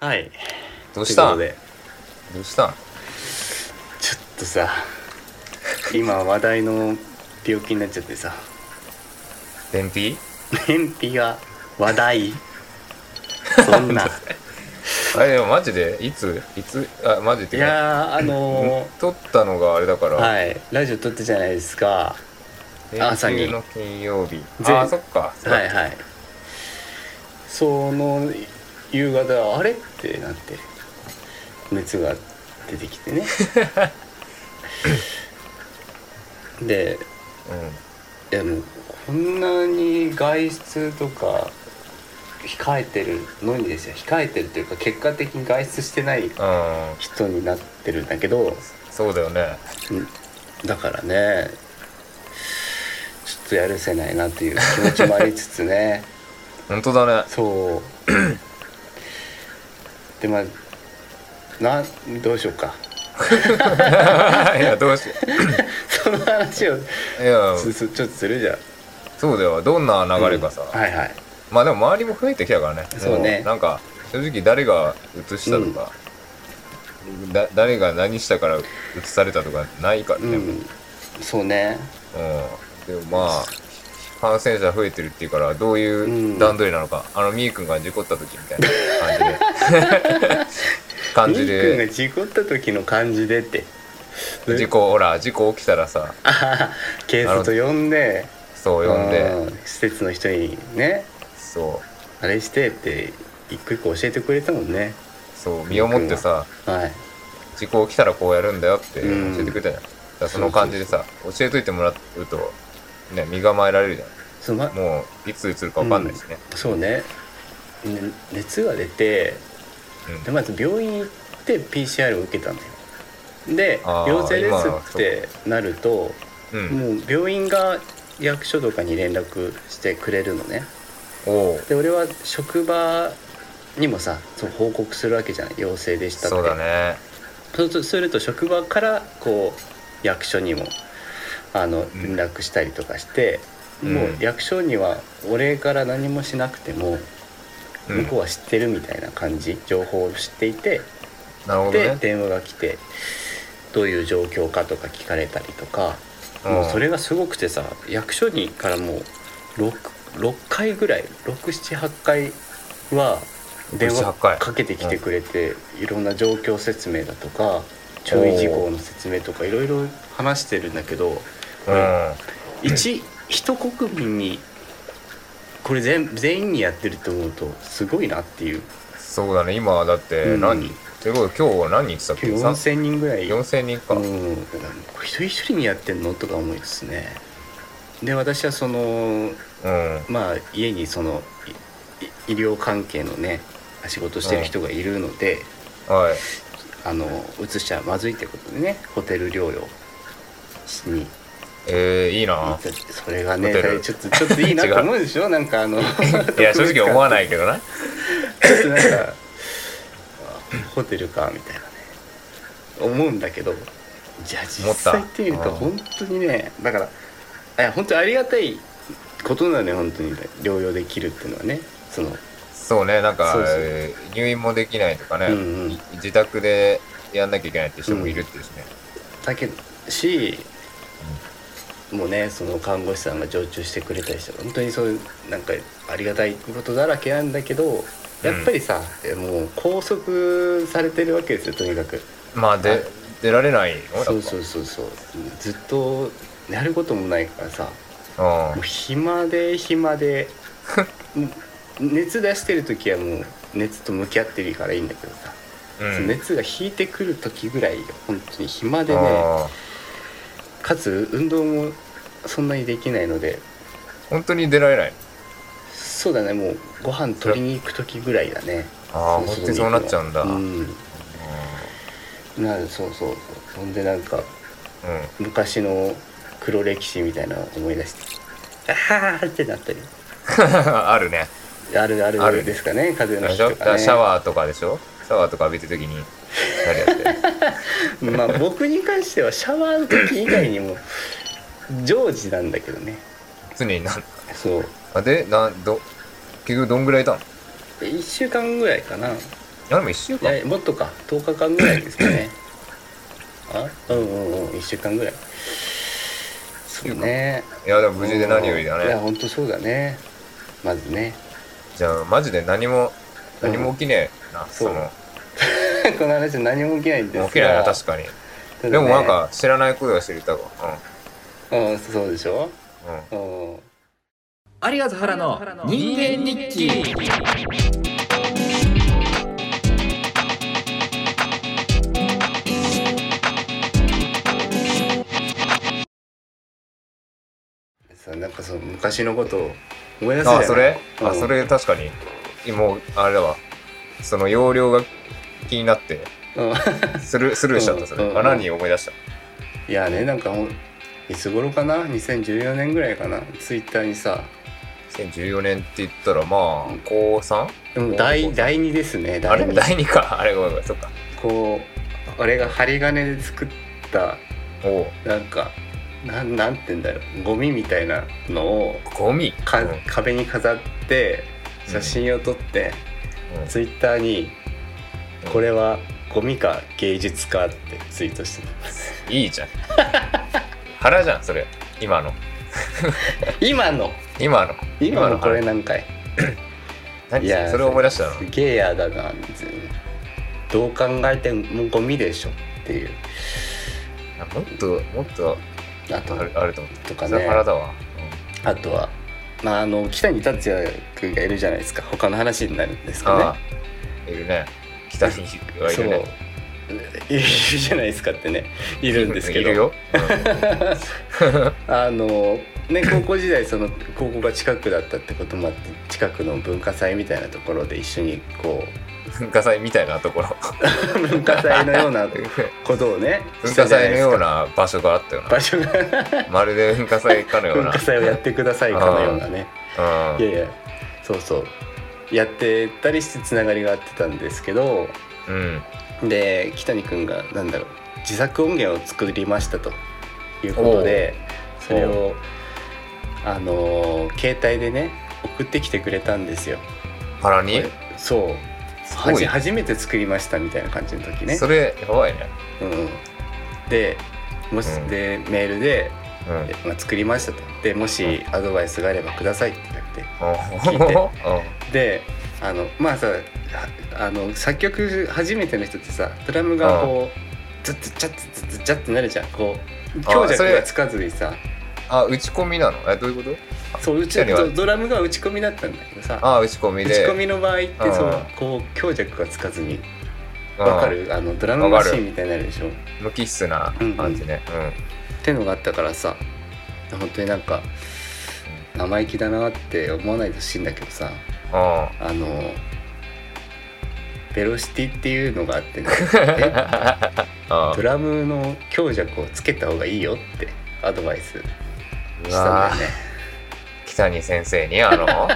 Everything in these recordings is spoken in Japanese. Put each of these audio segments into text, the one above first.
はいどうしたというこどうしたんとでちょっとさ今話題の病気になっちゃってさ便秘便秘が話題そんなあれでもマジでいついつあマジっ ていいうかやーあの撮ったのがあれだから、ー、 はいラジオ撮ったじゃないですか連朝に休の金曜日ぜああそっかそうだはいはいその夕方あれってなって熱が出てきて ねでいやもうこんなに外出とか控えてるのにですよ控えてるというか結果的に外出してないうん、うん、人になってるんだけどそうだよねだからねちょっとやるせないなっていう気持ちもありつつ ね本 当だね そうでまあなどうしようかいやどうしその話をいやすすちょっとするじゃんそうだよどんな流れかさ、はいはいまあでも周りも増えてきたからねそうねもなんか正直誰が移したとか、だ誰が何したから移されたとかないからね、ううんんそうねでもまあ感染者増えてるっていうからどういう段取りなのか、あのみーくんが事故った時みたいな感 みじーでくんが感事故った時の感じでってじで事故ほら事故起きたらさあー警察呼んでそう呼んでうん施設の人にねそうあれしてって一個一個教えてくれたもんねそう身をもってさはい事故起きたらこうやるんだよって教えてくれたじゃん、だからその感じでさ教えといてもらうとね身構えられるじゃんそのまもういつ移るか分かんないしね、そうねね熱が出てうんでまず病院行って PCR を受けたんだよであー陽性で今はすってなるとうんもう病院が役所とかに連絡してくれるのねおうで俺は職場にもさそう報告するわけじゃない陽性でしたってそうだねそうすすると職場からこう役所にもあの連ん絡したりとかして、うんもう役所には俺から何もしなくてもうん向こうは知ってるみたいな感じ、情報を知っていてなるほどでね電話が来てどういう状況かとか聞かれたりとか、うんもうそれがすごくてさ役所にからもう 6, 6回ぐらい678回は電話6 7回かけてきてくれて、いろんな状況説明だとか注意事項の説明とかいろいろ話してるんだけど、うんあ一一国民にこれ全全員にやってると思うとすごいなっていうそうだね今はだってうん何、ということで今日は何人ってたっけさ4,000人ぐらい4000人か、うん、これ一人一人にやってんのとか思いですねで私はそのうんまあ家にそのいい医療関係のね仕事してる人がいるので、はいあの移しちゃまずいってことでねホテル療養しにえー、いい行っ なたそれがねホテルちょっとちょっといいな違うと思うで しょなんかあのいや正直思わいないけどなちょっとなんかあホテルかみたいなね思うんだけどじゃあ実際行ってみると思っ本当にねだからえ本当にありがたいことなのよ本当に療養できるっていうのはねそのそうねなんかそうそうえー入院もできないとかね、うんうんい自宅でやんなきゃいけないって人もいるってですね、だけどし、もうねその看護師さんが常駐してくれたりして本当にそういうなんかありがたいことだらけなんだけどやっぱりさ、もう拘束されてるわけですよとにかくまあで出られないのそううそうそうそうずっとやることもないからさうんもう暇で暇で もう熱出してる時はもう熱と向き合ってるからいいんだけどさ、うんその熱が引いてくる時ぐらいよ本当に暇でねあーかつ運動もそんなにできないので本当に出られないそうだねもうご飯取りに行く時ぐらいだねああそ本う当にそうなっちゃうんだ、ううんんなるそうそうそうほんでなんかうん昔の黒歴史みたいなのを思い出して「ああ!」ってなったり あるねあるああるるですかね風邪でのしょ日とだかからねシャワーとかでしょシャワーとか浴びてる時に誰 やってまあ僕に関してはシャワーの時以外にも常時なんだけどね常になんそうあでなんど結局どんぐらいいたの1週間ぐらいかなあでも1週い間やもっとか10日間ぐらいですか ねあうんうんうん1週間ぐらいそうねいやでも無事で何よりだうんいやね本当そうだねまずね じゃあマジで何も何も起きねえな、そそうのこの話何も起きないんですが起きないな確かに、ただねでもなんか知らない声が知れたわうんそうでしょうんうんうん有賀原の人間日記さなんかその昔のことを思い出すじゃあないそれ、あうんそれ確かにもうあれだわその容量が気になってうん スルースルーしちゃったそれ、うんうんあ何思い出したいやねなんかほんいつ頃かな2014年ぐらいかなツイッターにさ2014年って言ったらまあうん高 3? でもお第う第2ですねあ第れ2第2かあれごめんごめんそっかこう俺が針金で作ったおうなんかなんなんて言うんだろうゴミみたいなのをゴミか、うん壁に飾って写真を撮って、うんツイッターにうん「これはゴミか芸術か」ってツイートしてたいいじゃん腹じゃんそれ今の今の今の今のこれ腹何回何それそれを思い出したのすげえやだなみたいなどう考えてもゴミでしょっていうあもっともっとああとるあると思ったとかそれね腹だわ、あとは、まあ、あの北に達也君がいるじゃないですか他の話になるんですうん、あかあねいるね北にはいそうるね いるじゃないですかってねいるんですけどいるよ、あのね高校時代その高校が近くだったってこともあって近くの文化祭みたいなところで一緒にこうん、文化祭みたいな ところう文化祭のような文ことをね した化じゃない祭のですかような場所があったよな場所がまるで文化祭かのよう文な化祭をやってくださいかのようなねうんいやいやそうそうやってたりしてつながりがあってたんですけどうんで北に君がなんだろう自作音源を作りましたということでそれをあのー携帯でね送ってきてくれたんですよ。腹にこれそうごいはじ初めて作りましたみたいな感じの時ねそ。れやばいね、うんうん、でもし、うんでメールで、うん、うんでまあ、作りましたとでもしアドバイスがあればくださいって言われて聞いて うであのまあさああの作曲初めての人ってさドラムがこうズッズッチャッズッズッチャッってなるじゃんこう強弱それがつかずにさんあ打ち込みなのえどういうことそううち何がドドラムが打ち込みだったんだけどさあ打ち込み打でち込みの場合ってうんそのこう強弱がつかずにうんわかるあのドラムマシンみたいになるでしょっ無機質な感じねてのがあったからさ本当になんか生意気だなって思わないでほしいんだけどさうん、うんあのベロシティっていうのがあってねえあドラムの強弱をつけた方がいいよってアドバイスうしたんわだよね北に先生に あの1000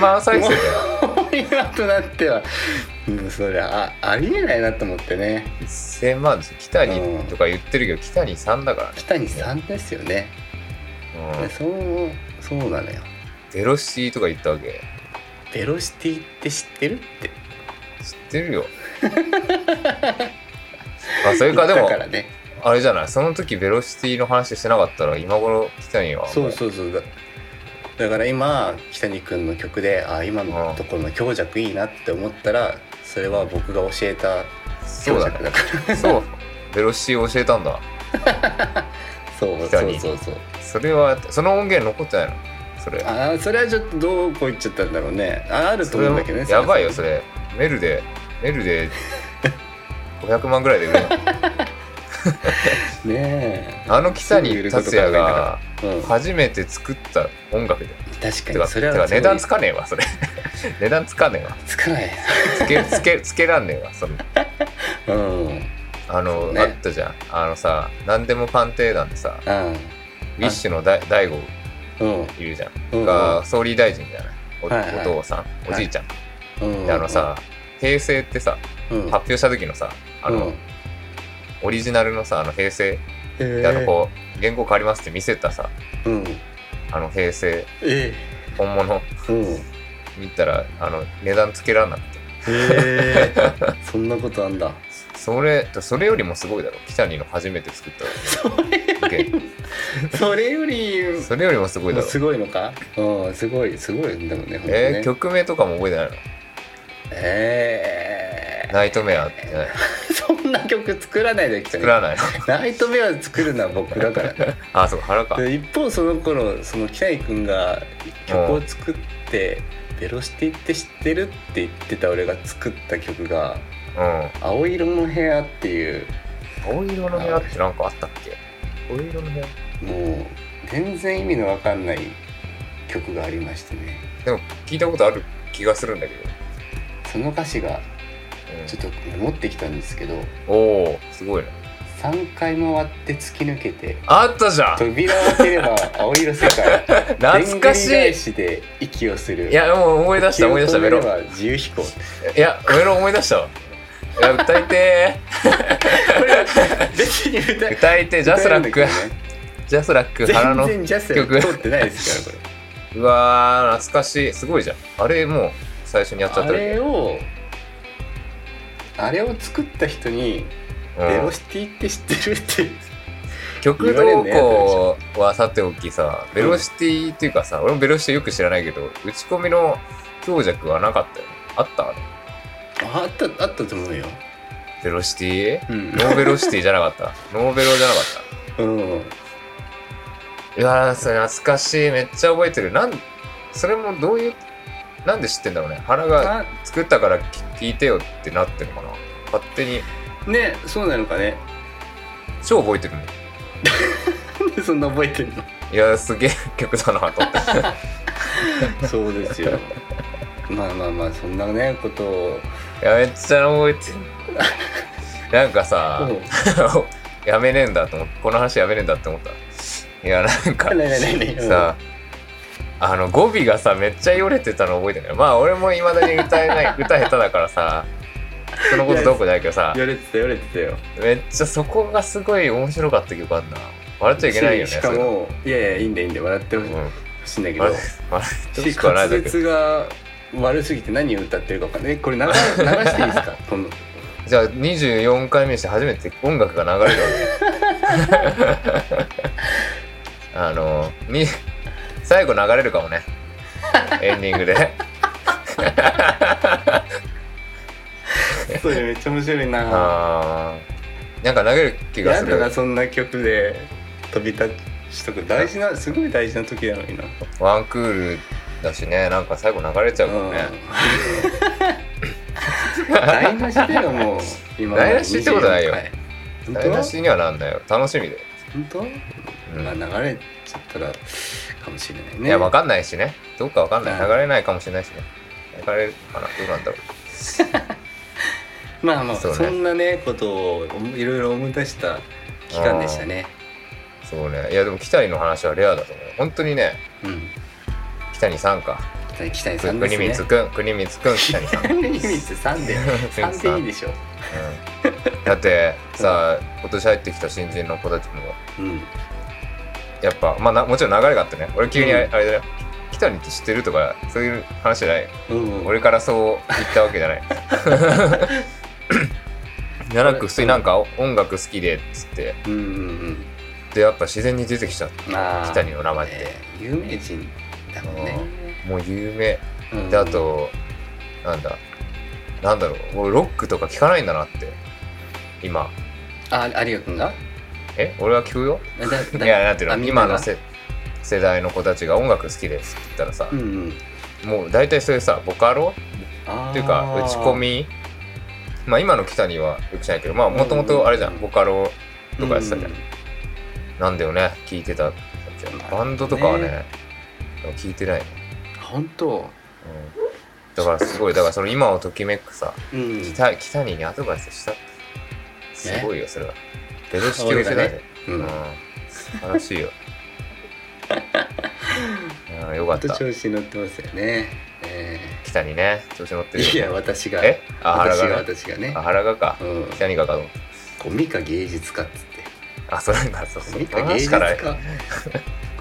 万再生だよ 今となっては、うん、そりゃあありえないなと思ってね1000万です北にとか言ってるけど北に3だからね、北にさんですよね、うん、そうそうなのよベロシティとか言ったわけベロシティって知ってるって知って るよあそれかで言っもたからねあれじゃないその時ベロシティの話してなかったら今頃北にはそうそうそうだだから今北に君の曲であ今のところの強弱いいなって思ったらそれは僕が教えたそ強う弱だだかねらそうベロシティを教えたんだそう北そうにそうそうそれはその音源残ってないのそれああそれはちょっとどうこう言っちゃったんだろうねああるとそ思れうんもだけどねやばいよそそれれメルでメル で500万ぐらいで売れるのねあの北にすぐ売れること達也がえ、うん、初めて作った音楽で確てかかにそれてはかすごい値段つかねえわ それ値段つかねえわつかないなつけつけつけらんねえわそのうんうんあの、そうねあったじゃんあのさ何でも鑑定団でさウィッシュのだ大悟うんいるじゃんうんが総理大臣じゃないお,、はいはいお父さんおじいちゃん、うんであのさ平成ってさうん発表した時のさあの、うんオリジナルのさあの平成えであのこう原稿変わりますって見せたさううんあの平成え本物えうん見たらあの値段つけらんなくてへえ そんなことあんだそれそれよりもすごいだろ北にの初めて作った受けそれより それよりもすごいだもうろすごいのかうんすごいすごいんだもんねほんとねえー、曲名とかも覚えてないのえーナイトメアってないそんな曲作らないできた作らないのナイトメア作るのは僕だからねあそうか原かで一方その頃その北井君が曲を作って「ベロシティって知ってる?」って言ってた俺が作った曲がうん「青色の部屋」っていう青色の部屋ってなんかあったっけ青色の部屋もう全然意味のわかんない曲がありましてねでも聞いたことある気がするんだけど、その歌詞がちょっとと持ってきたんですけどおおすごいな「3回回って突き抜けてあったじゃん扉を開ければ青色世界」懐かしでんぐり返いしで息をするいやもう思い出した思い出した気をメ止めロれば自由飛行いやメロ思い出したわいや歌いて別に 歌ー歌いてージャスラックジャスラック原全の然ジャスラック通ってないですからこうわー懐かしいすごいじゃんあれもう最初にやっちゃっれあたわけれをあれを作った人に「うんベロシティって知ってる?」って 曲投稿はさておきさ、ベロシティっていうかさ、俺もベロシティよく知らないけど、打ち込みの強弱はなかったよね。あったあれああったあったと思うよベロシテうィん、ノーベロシティじゃなかった。ノーベロじゃなかっうん、た。いやー、それ懐かしい。めっちゃ覚えてる。なん、それもどういう、なんで知ってんだろうね。原があ作ったから聞いてよってなってるのかな。勝手に、ねそうなのかね超覚えてるね。なんでそんな覚えてるのいやー、すげえ 曲だなと思って。 そうですよまあまあまあそんなねことをいや、めっちゃ覚えてる。 なんかさ、うんやめねえんだと思ってこの話やめねえんだって思ったいやなん かねえねえねえねえさあの語尾がさめっちゃよれてたの覚えてないまあ俺もいまだに歌えない 歌下手だからさそのことどうこうじゃないけどさよれてたよれてたよめっちゃそこがすごい面白かった曲あんな笑っちゃいけないよねししかそれもいやいやいいんだいいんだ笑ってほしいうん欲しいんだけど笑笑ってほしくはないんだ滑けど舌が悪すぎて何を歌ってるかわかんないえこれ流流していい ですかこのじゃあ24回目にして初めて音楽が流れるわ けあのに最後流れるかもねエンディン グでそれめっちゃ面白いなあーなんか流れる気がやすだるなそんな曲で飛び立ちとか大事なすごい大事な時なのにな、ワンクールだしねなんか最後流れちゃうかもね、うん 台無しだよもう今台無しってことないよ24台無回しにはなんだよ楽しみで、本当本当、うんまあ流れちゃったらかもしれないねいやわかんないしねどうかわかんないうん流れないかもしれないしね流れるかなどうなんだろまあまあそ,、そうねんなねことをいろいろ思い出した期間でしたねうそうねいやでも北にの話はレアだと思う本当にねうん北にさんか北谷さん国ですね光くん国光くん北にさん国光さんで三でいいでしょうんだってさ今年入ってきた新人の子たちもうんやっぱまあなもちろん流れがあってね俺急にあれ,、うんあれだよ北にって知ってるとかそういう話じゃないうん俺からそう言ったわけじ ゃないじゃなく普通になんか音楽好きでっつってうんうんでやっぱ自然に出てきちゃっうんまあた北にの名前って、えー有名人だもんねもう有名うんであとなんだなんだろう俺ロックとか聞かないんだなって今あ有賀君がえ俺は聞くよだだいやなんていうあのみん今ながのせ世代の子たちが音楽好きですって言ったらさ、うんうんもう大体そういうさボカロあーっていうか打ち込みまあ今の北にはよくしないけどまあもともとあれじゃん、うんボカロとかやってたじゃん、うんなんだよね聞いてたじゃんまあバンドとかはねね聞いてないね、本当うん、だからすごいだからその今をときめくさうん北北ににアドバイスしたってすごいよそれはベロ式を世俺代で、がねううんん素晴らし いよいやーよかほっんとた調子に乗ってますよねえ北にね調子乗ってーるよいや私がえあ原私ががね私がねあ原がかうん北にがかと思っコミか芸術かっつってたあそれなんだそうコそうミか芸話術からか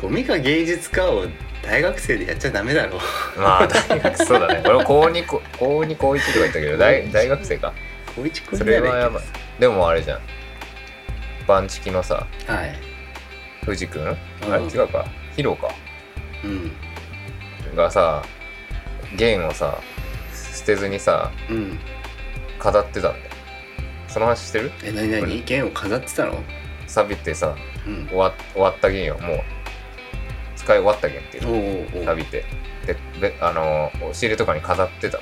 ゴミか芸術かを大学生でやっちゃダメだろうまあ大学そうだね俺も高2こ 高2高1とか言ったけど大大学生か高一くんそじゃれねはえやばいでもあれじゃんバンチキのさかはい藤君あれうん違うかヒロかうんがさ弦をさ捨てずにさうん飾ってたんだよその話してるえ何何弦を飾ってたの錆びてさうん終わ終わった弦をもう使い終わった弦っていうおのうおうおう錆びてでべあのー押し入れとかに飾ってた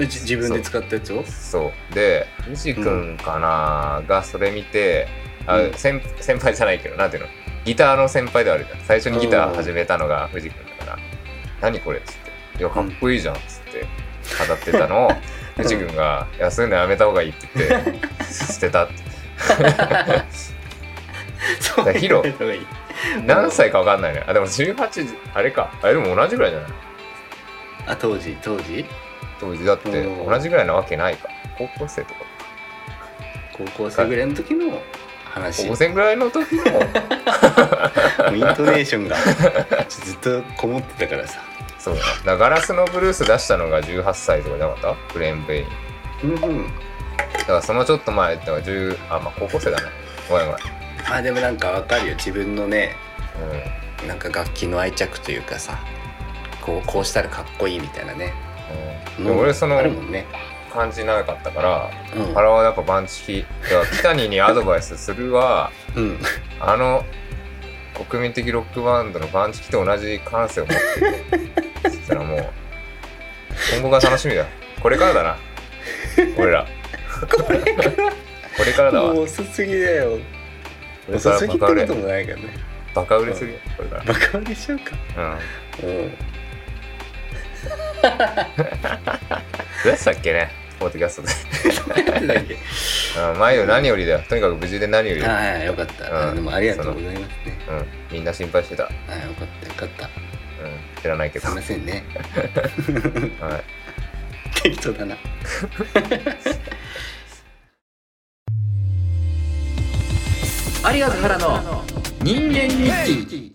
えじ自分で使ったやつをそうで西君かな、がそれ見てあ、うん先先輩じゃないけどなんていうのギターの先輩ではあるじゃん最初にギター始めたのが藤君だから「何これ」っつって「いやかっこいいじゃん」っつって飾って たのを藤君が「休んでやめた方がいい」って言って捨てたってそうだから ヒロいうのがいい何歳か分かんないねあでも18あれかあれでも同じぐらいじゃないあ当時当時当時だってうん同じぐらいなわけないか高校生とか高校生ぐらいの時の高話校生ぐらいの時のもうイントネーションが ずっとこもってたからさ そうだねだからガラスのブルース出したのが18歳とかじゃなかったフレームベインうんうんだからそのちょっと前だから10あまあ高校生だねごめんごめんあでもなんかわかるよ自分のねうんなんか楽器の愛着というかさこうこうしたらかっこいいみたいなねうん、でも俺そのあるもんね、感じなかったからうん原はやっぱバンチキだから北谷にアドバイスするはうん、あの国民的ロックバンドのバンチキと同じ感性を 持ってるそしたらもう今後が楽しみだこれからだな俺らこれからだわもう遅すぎだよこれか遅らすぎっバてこカ売れともないからねバカ売れするよこれかバカ売れしようからうんう んどうやってたっけねポッドキャストで、なんだっけうん、前より何よりだよとにかく無事で何よりだよ、はいよかった、うんでもありがとうございますねうん、みんな心配してた、うん、はいよかったよかった知らないけすど、いはまい、せんね適当だな有賀原の人間日記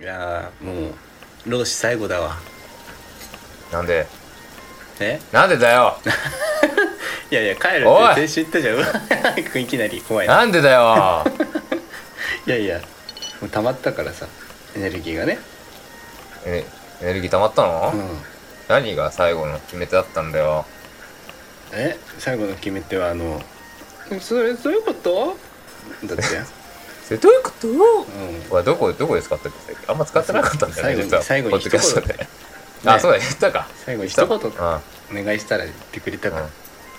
いやーもう老子最後だわなんでえなんでだよいやいや帰るっおいて先週言ったじゃんうわ いきなり怖いななんでだ よいやいやもう溜まったからさエネルギーがねえエネルギー溜まったの、うん何が最後の決め手だったんだよえ最後の決め手はあのそれどういうことだ ってそれどういうことうんはどこどこで使ったんですかあんま使ってなかったんだよね実は最後ポにッドキャストで、あそうだ言ったか最後に一言言ったうんお願いしたら言ってくれたから、うん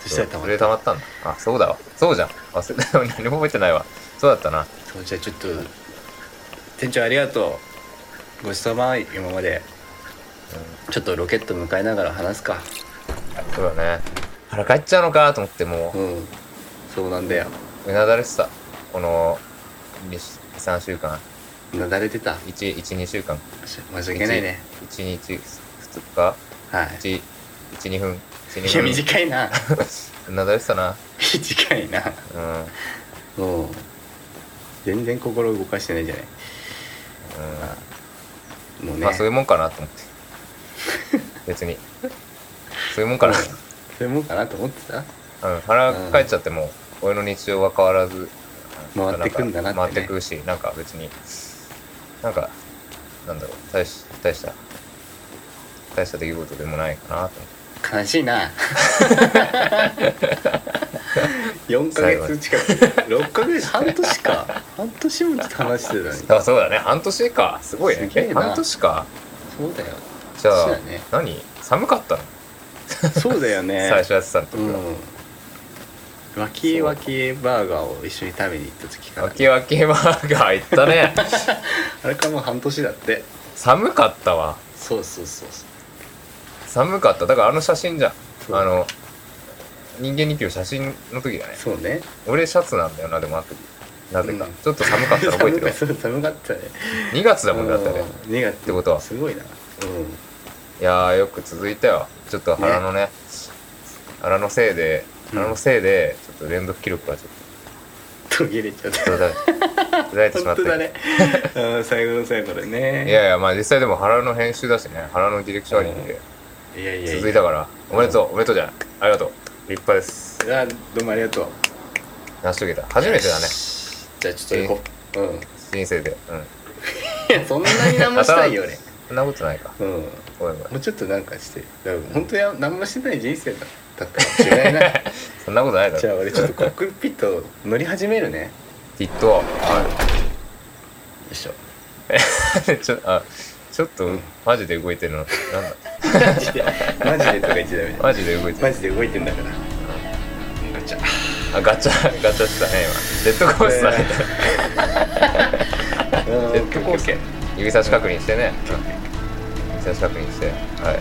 そしたらたまそたれ溜まったんだあそうだわそうじゃん忘れたよ何も覚えてないわそうだったなそうじゃあちょっと店長ありがとうごちそうさま今まで、ちょっとロケット迎えながら話すかそうだね腹帰っちゃうのかと思ってもうんそうなんだよううなだれてたこの23週間なだれてた112週間申し訳ないね1日2日はい112分12いや分短いな うなだれてたな短いなうん、うん、うん全然心動かしてないじゃないもうね、まあそういうもんかなと思って別にそういうもんかなそういうもんかなと思ってたうん、腹帰っちゃっても、俺の日常は変わらず、回ってくんだなってね回ってくし、なんか別に、なんか、なんだろう、大し大した、大した出来事でもないかなと思って。悲しいな 4ヶ最後月に近く6ヶ月半年か半年も話してたのにあ、そうだね、半年か。すごいね。すげええな半年か。そうだよじゃあそうだ、ね何寒かったの、そうだよね最初やってた時うは。んわきわきバーガーを一緒に食べに行った時かわらけわけバーガー行ったね。 あれからもう半年だって寒かったわ。そうそうそうそう寒かった。だからあの写真じゃん。そうあの、人間日記の写真の時だね。そうね俺シャツなんだよなでもあの時なぜか、うんちょっと寒かったら覚えてるわ 寒かった寒かったね2月だもんだったねうん苦手ってことはすごいなうんいやーよく続いたよちょっと腹のね腹のせいでうん腹のせいでちょっと連続記録はちょっ途切れちゃった途 絶えてしま本当ったけどだねうん最後の最後でねいやいやまあ実際でも原の編集だしね原のディレクションありきでいやいやいや続いたからおめでとうおめでとうじゃないありがとう立派ですあどうもありがとう成し遂げた初めてだねじゃあちょっと行こう、うん人生でうんいやそんなに何もしたいよ俺そんなことないかうんもごめんごめんうちょっとなんかしてだから本当や何もしてない人生だったから違いない そんなことないだじゃあろ俺ちょっとコックピット乗り始めるねよきっとはいいしょ ちょあちょっとマジで動いてるのなんだ マジでマジでとか言っちゃダメだマジで動いてマるジで動いてんだからガチャあガチャガチャしたね今ジェットコースターみたいうんジェットコースター指差し確認してねうん指差し確認してはい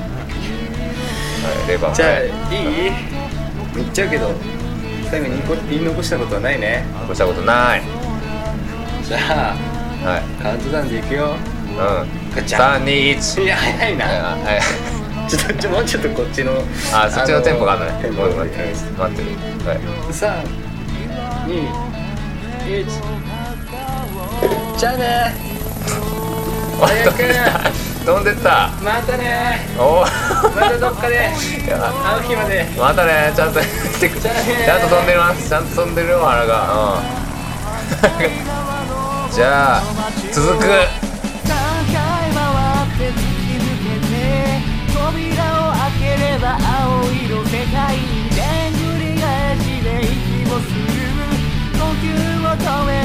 はいレバーじゃあはいいい言っちゃうけど最後に言いこ言い残したことはないねこしたことないじゃあはいカウントダウンでいくようんガチャ3 2 1いや早いなあはいちょっとちょもうちょっとこっちのあそっちのテンポがあるのテンねポごめがあんごめんる待ってるはい三、二、一。じゃあねあ早く飛んでった 飛んでったまたねお まおたどっかで会う日までまたねちゃんとしてくちじゃあねゃんと飛んでますちゃんと飛んでるよ原がうんじゃあ続く3回回って突き抜けて扉を開ければ青色世界で繰り返しで息をする呼吸を止め